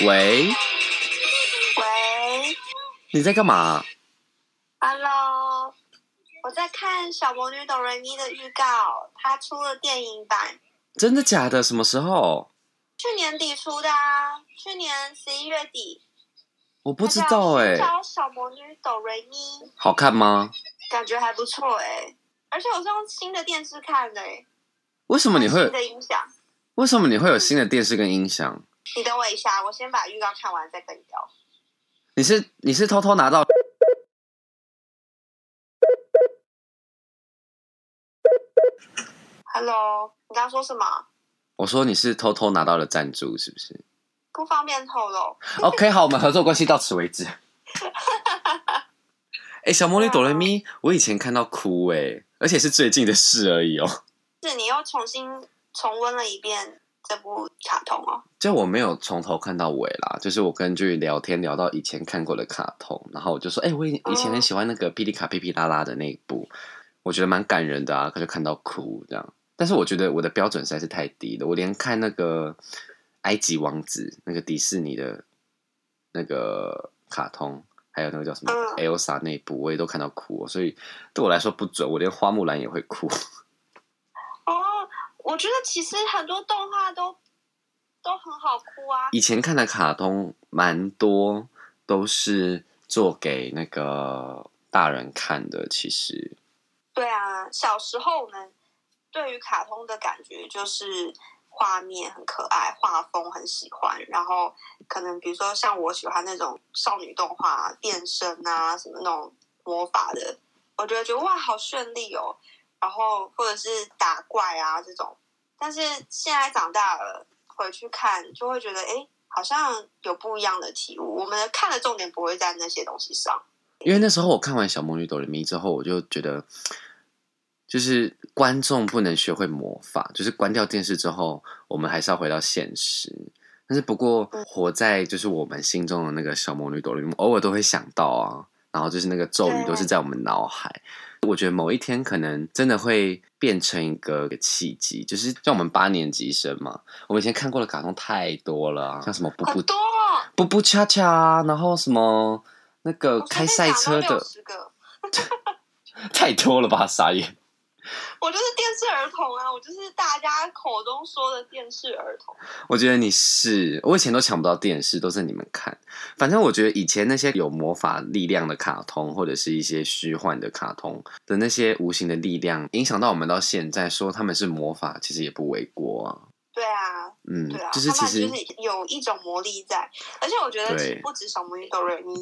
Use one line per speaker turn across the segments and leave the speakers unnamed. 喂，
喂
你在干嘛？
，Hello，我在看《小魔女斗人一》的预告，它出了电影版，
真的假的？什么时候？
去年底出的啊，去年十一月底。
我不知道哎、
它叫《小魔女斗人一》，
好看吗？
感觉还不错哎、而且我是用新的电视看的哎、
为什么你
新
会
的音响。
为什么你会有新的电视跟音响？
你等我一下，我先把预告看完再跟你聊。
你是你是偷偷拿到？
Hello，你刚刚说什么？
我说你是偷偷拿到了赞助是不是
不方便透露。
？OK，好，我们合作关系到此为 止。哎、小魔女哆来咪，我以前看到哭哎、而且是最近的事而已哦、
是你又重新重温了一遍这部卡通哦。
就我没有从头看到尾啦，就是我根据聊天聊到以前看过的卡通，然后我就说，哎、我以以前很喜欢那个霹雳卡噼噼啦啦的那一部，我觉得蛮感人的啊，可就看到哭这样。但是我觉得我的标准实在是太低了，我连看那个埃及王子那个迪士尼的那个卡通，还有那个叫什么
嗯
Elsa 那一部，我也都看到哭哦、所以对我来说不准，我连花木兰也会哭。
哦，我觉得其实很多动画都都很好哭啊。
以前看的卡通蛮多都是做给那个大人看的，其实
对啊，小时候我们对于卡通的感觉就是画面很可爱，画风很喜欢，然后可能比如说像我喜欢那种少女动画、变身啊什么那种魔法的，我就会觉得哇好绚丽哦，然后或者是打怪啊这种，但是现在长大了回去看就会觉得诶好像有不一样的体悟，我们的看的重点不会在那些东西上。
因为那时候我看完《小魔女斗人迷》之后，我就觉得，就是观众不能学会魔法，就是关掉电视之后，我们还是要回到现实。但是不过，活在就是我们心中的那个小魔女斗人，偶尔都会想到啊，然后就是那个咒语
对
都是在我们脑海。我觉得某一天可能真的会变成一个契机，就是像我们八年级生嘛，我们以前看过的卡通太多了啊、像什么布布
很多、哦，
布布恰恰啊，然后什么那个
我
开赛车的，
十个。
太多了吧，傻眼。
我就是电视儿童啊，我就是大家口中说的电视儿童。
我觉得你是，我以前都抢不到电视，都是你们看。反正我觉得以前那些有魔法力量的卡通，或者是一些虚幻的卡通的那些无形的力量，影响到我们到现在，说他们是魔法，其实也不为过啊。
对啊，
嗯，
对啊，
就是
他
其
们
实
就是有一种魔力在，而且我觉得
对
其实不止小魔女哆瑞咪，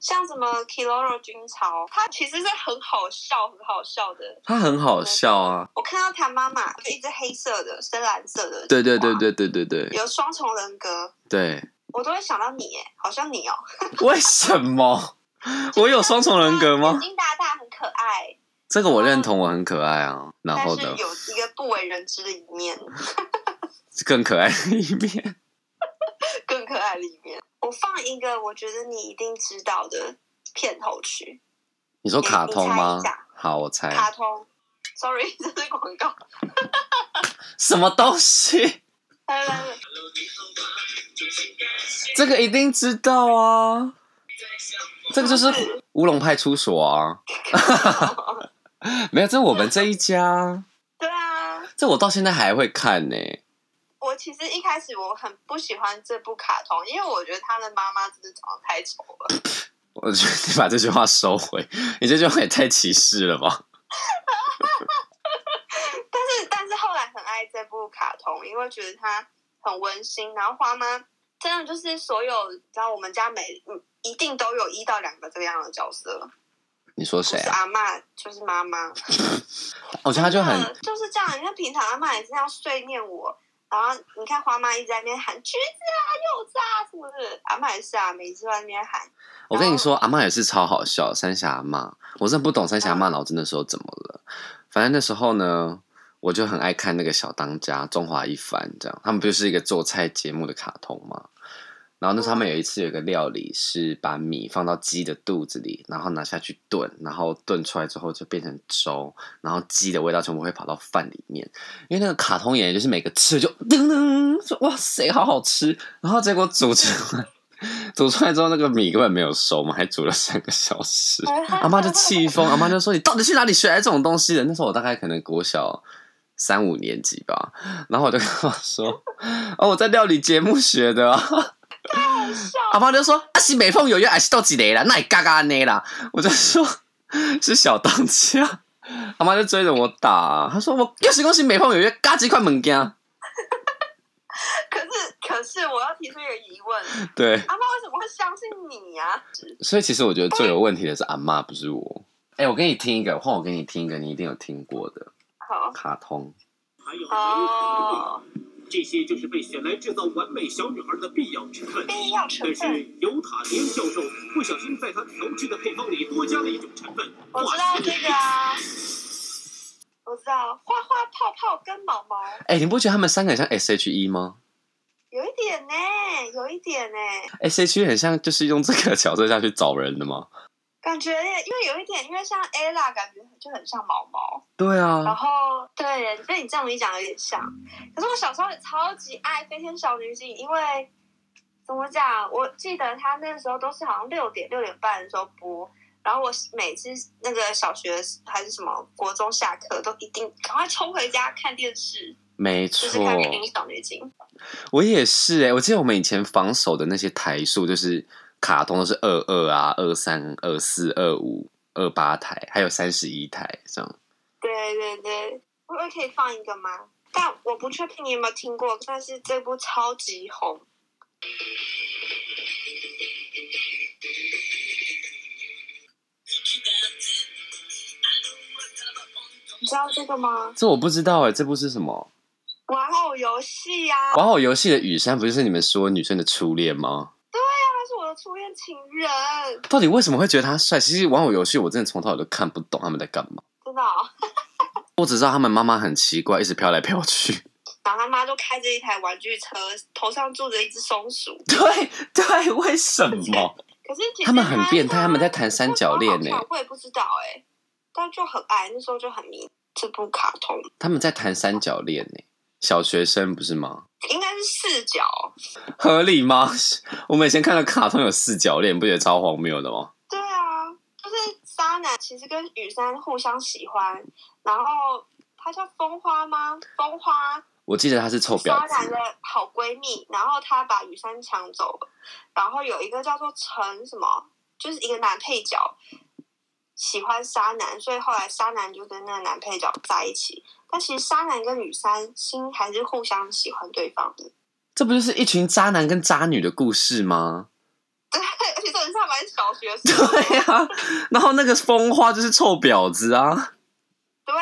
像什么 Kiloro 军曹，它其实是很好笑、很好笑的。
它很好笑啊。
我看到他妈妈是一只黑色的、深蓝色的，
对对对，对对对对
有双重人格，
对，
我都会想到你耶，好像你哦，
为什么我有双重人格
眼
吗？
睛大大，很可爱，
这个我认同，我很可爱啊。然
但
后
是
呢？
有一个不为人知的一面。
更可爱的一面。
更可爱的一面。我放一个我觉得你一定知道的片头曲，
你说卡通吗
你猜一下？
好，我猜
卡通。Sorry，这 是广告。
什么东 西？
来来来，
这个一定知道啊！这个就是乌龙派出所啊！ 没有，这是我们这一家，
对啊，
这我到现在还会看呢、
我其实一开始我很不喜欢这部卡通，因为我觉得他的妈妈真的长得太丑了。
我觉得你把这句话收回，你这句话也太歧视了吧？
但是但是后来很爱这部卡通，因为觉得它很温馨，然后花妈真的就是所有，你知道我们家每嗯一定都有一到两个这样的角色，
你说
不
谁
是
啊？
阿嬷就是妈妈。
我觉得他就
啊真
很
的就是这样。你看平常阿妈也是这样碎念我，然后你看花妈一直在那边喊橘子啊、柚子啊，是不是？阿妈也是啊，每一次都在那边喊。
我跟你说，阿嬷也是超好笑，三峡阿嬷，我真的不懂三峡阿嬷脑子那时候怎么了。反正那时候呢，我就很爱看那个小当家、中华一番这样，他们不就是一个做菜节目的卡通吗？然后那时候他们有一次有一个料理是把米放到鸡的肚子里，然后拿下去炖，然后炖出来之后就变成粥，然后鸡的味道全部会跑到饭里面。因为那个卡通演员就是每个吃就噔噔说哇塞好好吃，然后结果煮出来， 煮出来之后那个米根本没有熟，我们还煮了三个小时。阿 妈就气疯，阿妈就说：“你到底去哪里学来这种东西的？”那时候我大概可能国小三五年级吧，然后我就跟我说：“哦，我在料理节目学的、啊。”阿妈就说：“啊是美凤有约，还是到几雷啦？那也嘎嘎呢啦。”我就说：“是小当家。”阿妈就追着我打，啊她说：“我又是恭喜美凤有约，嘎几块门羹。
可是可是我要提出一个疑问，”
对，
阿妈为什么会相信你啊呀、
所以其实我觉得最有问题的是阿妈，不是我。哎、我给你听一个，换我给你听一个，你一定有听过的
好
卡通。
还有
哦，
这些就是被选来制造完美小女孩的必要成分。
必要成
但
分，
是尤塔丁教授不小心在他调制的配方里多加了一种成分，
我知道这个啊，我知道花花泡泡跟毛毛
哎、你不觉得他们三个很像 S.H.E 吗
有一点呢、有一点呢、
？S.H.E E 很像就是用这个角色下去找人的吗？
感觉因为有一点，因为像 Ella 感觉就很像毛毛，
对
然
啊，
后对被你这么一讲有点像。可是我小时候也超级爱飞天小女警，因为怎么讲，我记得她那时候都是好像六点六点半的时候播。然后我每次那个小学还是什么国中下课，都一定赶快冲回家看电视，
没
就
错。
是看《飞天小女警》。
我也是哎、我记得我们以前防守的那些台数，就是卡通都是二二啊、二三、二四、二五、二八台，还有三十一台这样。
对对对，我我可以放一个吗？但我不确定你有没有听过，但是这部超级红。你知道这个吗？
这我不知道哎、这部是什么？
玩偶游戏呀、
玩偶游戏的雨山不就是你们说女生的初恋吗？
他是我的初恋情人，
到底为什么会觉得他帅？其实玩偶游戏我真的从头到尾都看不懂他们在干嘛。
真的、哦。
我只知道他们妈妈很奇怪，一直飘来飘去。
然后他妈就开着一台玩具车，头上住着一只松鼠。
对对，为什么？
可是其实
他们很变态，
妈
他们在谈三角恋欸呢、
为什么好看我也不知道哎、但就很爱，那时候就很迷这部卡通，
他们在谈三角恋呢、小学生不是吗？
应该是视角。
合理吗？ 我们以前看的卡通有四角恋，不觉得超荒谬的吗？
对啊，就是渣男其实跟雨山互相喜欢，然后她叫风花吗？风花
我记得他是臭婊
渣男
子，
的好闺蜜，然后她把雨山抢走了，然后有一个叫做陈什么，就是一个男配角。喜欢沙男，所以后来沙男就跟那个男配角在一起。但其实沙男跟雨山心还是互相喜欢对方的，
这不就是一群渣男跟渣女的故事吗？
对，而且这人是他们还是小学生，
对呀、然后那个风花就是臭婊子啊。
对，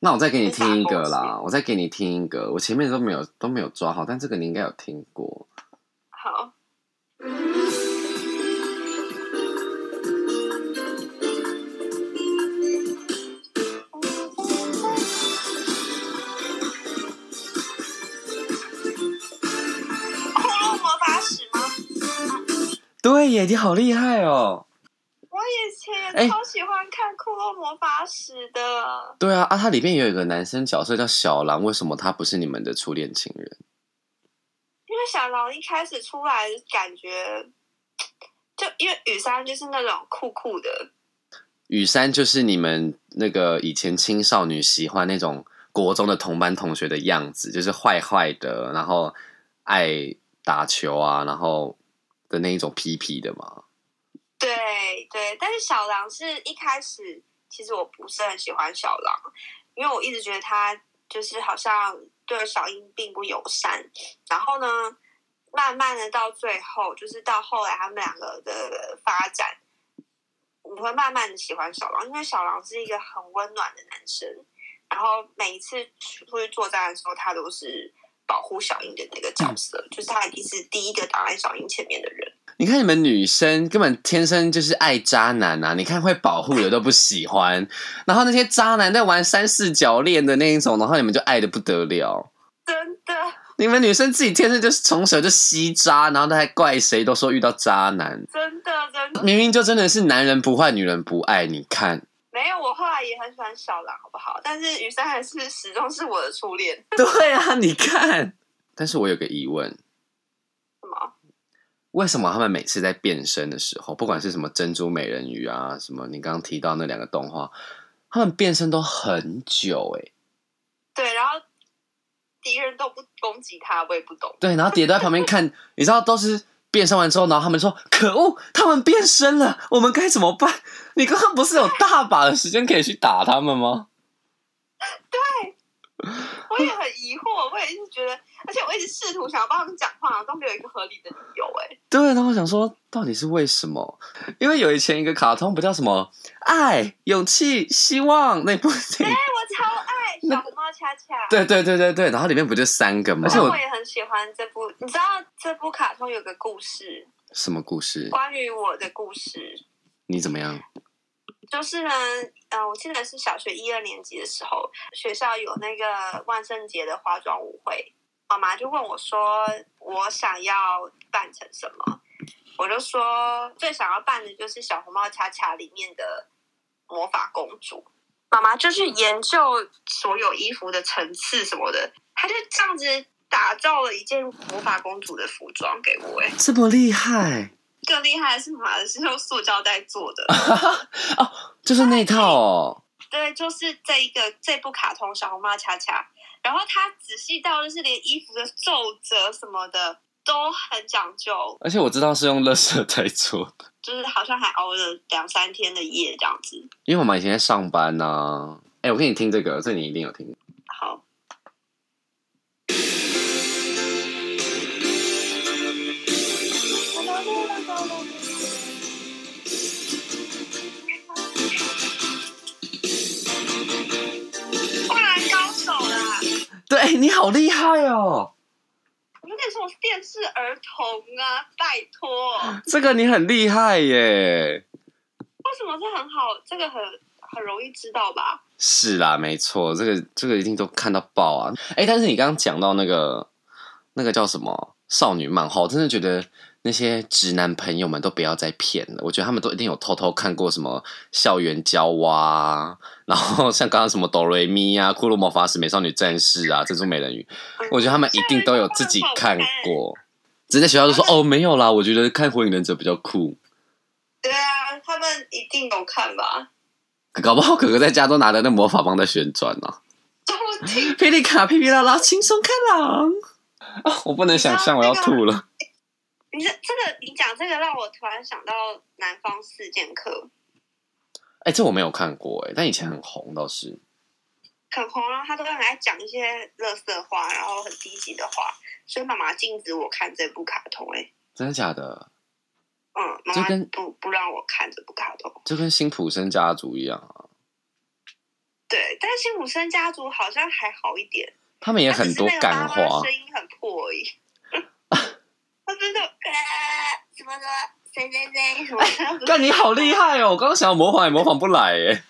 那我再给你听一个 啦，我再给你听一个，我前面都没有都没有抓好，但这个你应该有听过。
好，骷髅魔法使吗？
对耶，你好厉害哦。
我以前
哎
也超喜欢看《骷髅魔法使》的，
对啊，啊，它里面也有一个男生角色叫小狼，为什么他不是你们的初恋情人？
因为小狼一开始出来感觉，就因为雨山就是那种酷酷的，
雨山就是你们那个以前青少女喜欢那种国中的同班同学的样子，就是坏坏的，然后爱打球啊，然后的那一种痞痞的嘛。
对对，但是小狼是一开始，其实我不是很喜欢小狼，因为我一直觉得他就是好像对小樱并不友善。然后呢，慢慢的到最后，就是到后来他们两个的发展，你会慢慢的喜欢小狼，因为小狼是一个很温暖的男生。然后每一次出去作战的时候，他都是保护小樱的那个角色，就是他一定是第一个挡在小樱前面的人。
你看你们女生根本天生就是爱渣男啊！你看会保护的都不喜欢，然后那些渣男在玩三四角恋的那一种，然后你们就爱的不得了。
真的，
你们女生自己天生就是从小就吸渣，然后都还怪谁都说遇到渣男，
真的真的
明明就真的是男人不坏，女人不爱。你看，
没有。我后来也很喜欢小狼，好不好？但是雨山还是始终是我的初恋。
对啊，你看。但是我有个疑问，
什么？
为什么他们每次在变身的时候，不管是什么珍珠美人鱼啊，什么你刚刚提到那两个动画，他们变身都很久哎、
对，然后敌人都不攻击他，我也不懂。
对，然后蝶都在旁边看，你知道都是变身完之后，然后他们说：“可恶，他们变身了，我们该怎么办？”你刚刚不是有大把的时间可以去打他们吗？
我也很疑惑，我也一直觉得，而且我一直试图想要帮他们讲话，都没有一个合理的理由。哎，
对，然后我想说，到底是为什么？因为有以前一个卡通不叫什么“爱、勇气、希望”那部电影，
哎，我超爱小红帽恰恰。
对对对对对，然后里面不就三个吗？而且
但
我
我也很喜欢这部，你知道这部卡通有个故事，
什么故事？
关于我的故事，
你怎么样？
就是呢，呃，我记得是小学一二年级的时候，学校有那个万圣节的化妆舞会，妈妈就问我说，我想要扮成什么？我就说最想要扮的就是《小红帽恰恰》里面的魔法公主。妈妈就去研究所有衣服的层次什么的，她就这样子打造了一件魔法公主的服装给我、哎，
这么厉害
更厉害的是，妈妈是用塑胶袋做的。
哦，就是那套哦。
对，就是这一个这部卡通《小红帽恰恰》，然后他仔细到就是连衣服的皱褶什么的都很讲究，
而且我知道是用乐色在做的，
就是好像还熬了两三天的夜这样子。
因为我们以前在上班呢、哎、我给你听这个，这你一定有听过。
好，灌篮高手啦！
对你好厉害哦，
我们那时候是电视儿童啊，拜托，
这个你很厉害耶。
为什么这很好？这个很很容易知道吧？
是啦，没错，这个这个一定都看到爆啊。哎、但是你刚刚讲到那个那个叫什么少女漫画，我真的觉得那些直男朋友们都不要再骗了。我觉得他们都一定有偷偷看过什么校园交蛙、啊，然后像刚刚什么哆瑞咪啊、骷髅魔法使、美少女战士啊、珍珠美人鱼，我觉得他们一定都有自己看过。只是在学校就说哦没有啦，我觉得看火影忍者比较酷。
对啊，他们一定有看吧？
搞不好哥哥在家都拿着那魔法棒在旋转呢、
都听
霹雳卡噼噼啦啦，轻松开朗。啊，我不能想象，我要吐了。
你这这个你讲这个让我突然想到《南方四剑客
哎、这我没有看过哎、但以前很红倒是。》，
很红啊，他都很爱讲一些垃圾话，然后很低级的话，所以妈妈禁止我看这部卡通、欸。
真的假的？
嗯，妈
这
妈
跟
不不让我看这部卡通。
就跟辛普森家族一样啊，
对，但是辛普森家族好像还好一点，
他们也很多干
他只是那个妈妈
话
声。音很破而已。 他真的啊，什么什么谁谁谁什么的，
哎但你好厉害哦！我刚刚想要模仿也模仿不来哎，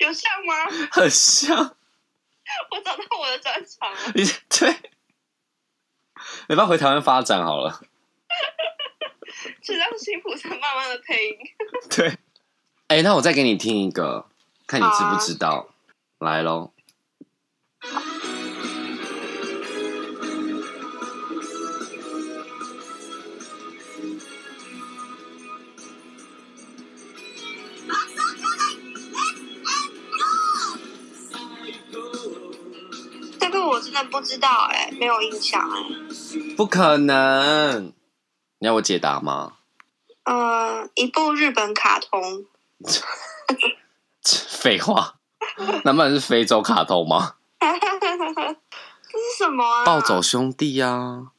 有像吗？
很像
我找到我的专场了。
你。对，你不要回台湾发展好了。
就让辛普森慢慢的配音。
对，哎、那我再给你听一个，看你知不知道。来喽，
这个我真的不知道哎、没有印象哎、
不可能，你要我解答吗？
嗯、一部日本卡通，
废话，难不成是非洲卡通吗？
这是什么啊？
暴走兄弟啊，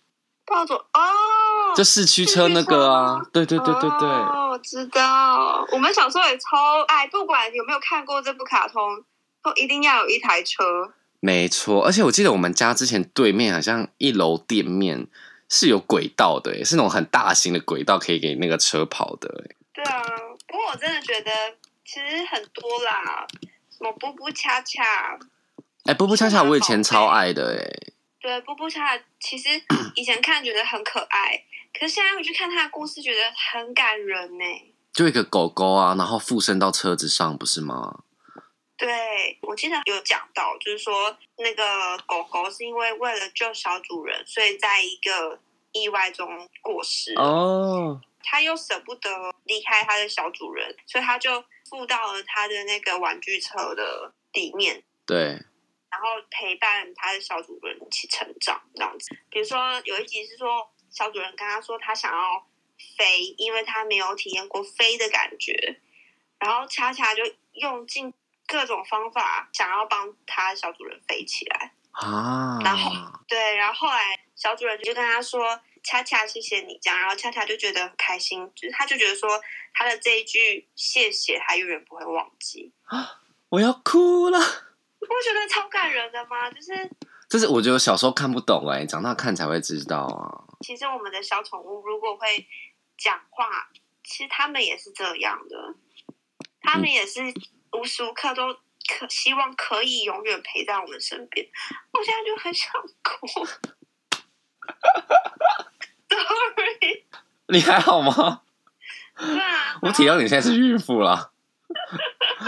暴走哦，
就市区车那个啊，对对对对对，
哦，我知道。我们小时候也超爱，不管有没有看过这部卡通，都一定要有一台车。
没错。而且我记得我们家之前对面好像一楼店面是有轨道的欸耶，是那种很大型的轨道，可以给那个车跑的欸耶。
对啊，不过我真的觉得其实很多啦，什么布布恰恰，
哎，波波恰恰我以前超爱的哎，
对，布布他其实以前看觉得很可爱，可是现在回去看他的故事，觉得很感人呢、
就一个狗狗啊，然后附身到车子上，不是吗？
对，我记得有讲到，就是说那个狗狗是因为为了救小主人，所以在一个意外中过世。
哦，
他又舍不得离开他的小主人，所以他就附到了他的那个玩具车的里面，
对，
然后陪伴他的小主人一起成长这样子。比如说有一集是说小主人跟他说他想要飞，因为他没有体验过飞的感觉，然后恰恰就用尽各种方法想要帮他的小主人飞起来。
啊，
然后对，然后后来小主人就跟他说：“恰恰谢谢你这样。”然后恰恰就觉得很开心，就是他就觉得说他的这一句谢谢他永远不会忘记。
我要哭了。
你不觉得超感人的吗？就是
这是我觉得小时候看不懂哎、长大看才会知道啊。
其实我们的小宠物如果会讲话，其实他们也是这样的，他
嗯
们也是无时无刻都可希望可以永远陪在我们身边。我现在就很想哭。Sorry，
你还好吗？
对啊，
我体谅你现在是孕妇啦，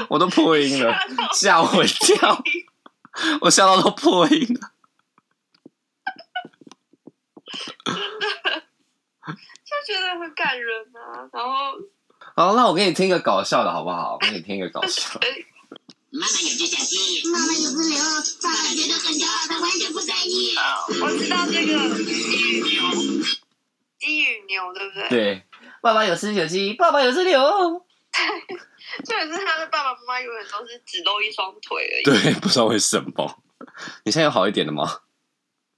我都破音了，吓我一跳，我吓到都破音了。
就觉得很感人啊。然后，
好，那我给你听一个搞笑的好不好？我给你听一个搞笑。
妈妈有只小鸡，
妈妈有只牛，爸爸觉得很骄傲，他完全不在意。
我知道这个鸡与牛，鸡与牛，对不 对？，
对，爸爸有吃有鸡，爸爸有只牛。
就是他的爸爸妈妈永远都是只露一双腿而已。
对，不知道为什么。你现在有好一点了吗？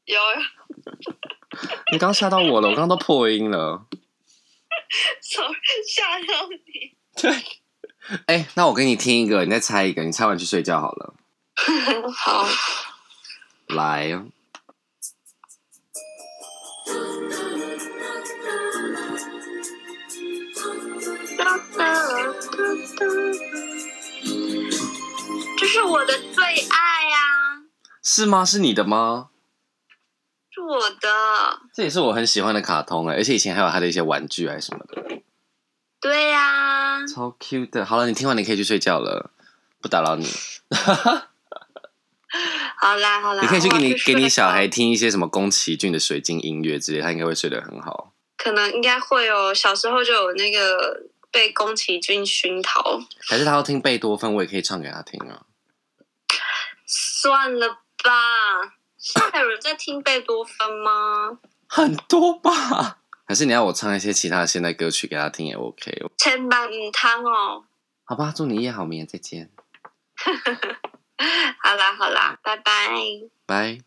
有，
你刚吓到我了，我刚刚都破音了。
手吓到你。
哎、那我给你听一个，你再猜一个，你猜完去睡觉好了。
嗯好，
来哦，
这是我的最爱呀、啊，
是吗？是你的吗？
是我的，
这也是我很喜欢的卡通哎、而且以前还有它的一些玩具啊什么的，
对呀、
超 Q 的。好了，你听完你可以去睡觉了，不打扰你。
好啦好啦，
你可以去给
我
你
要睡
给你小孩
了，
听一些什么宫崎骏的水晶音乐之类，他应该会睡得很好。
可能应该会哦。小时候就有那个被宫崎骏熏陶，
还是他要听贝多芬，我也可以唱给他听啊。
算了吧。现在有人在听贝多芬吗？
很多吧？还是你要我唱一些其他的现代歌曲给他听也 OK 哦。
千万唔汤哦。
好吧，祝你夜好眠，再见，
好啦好啦，拜拜。
拜。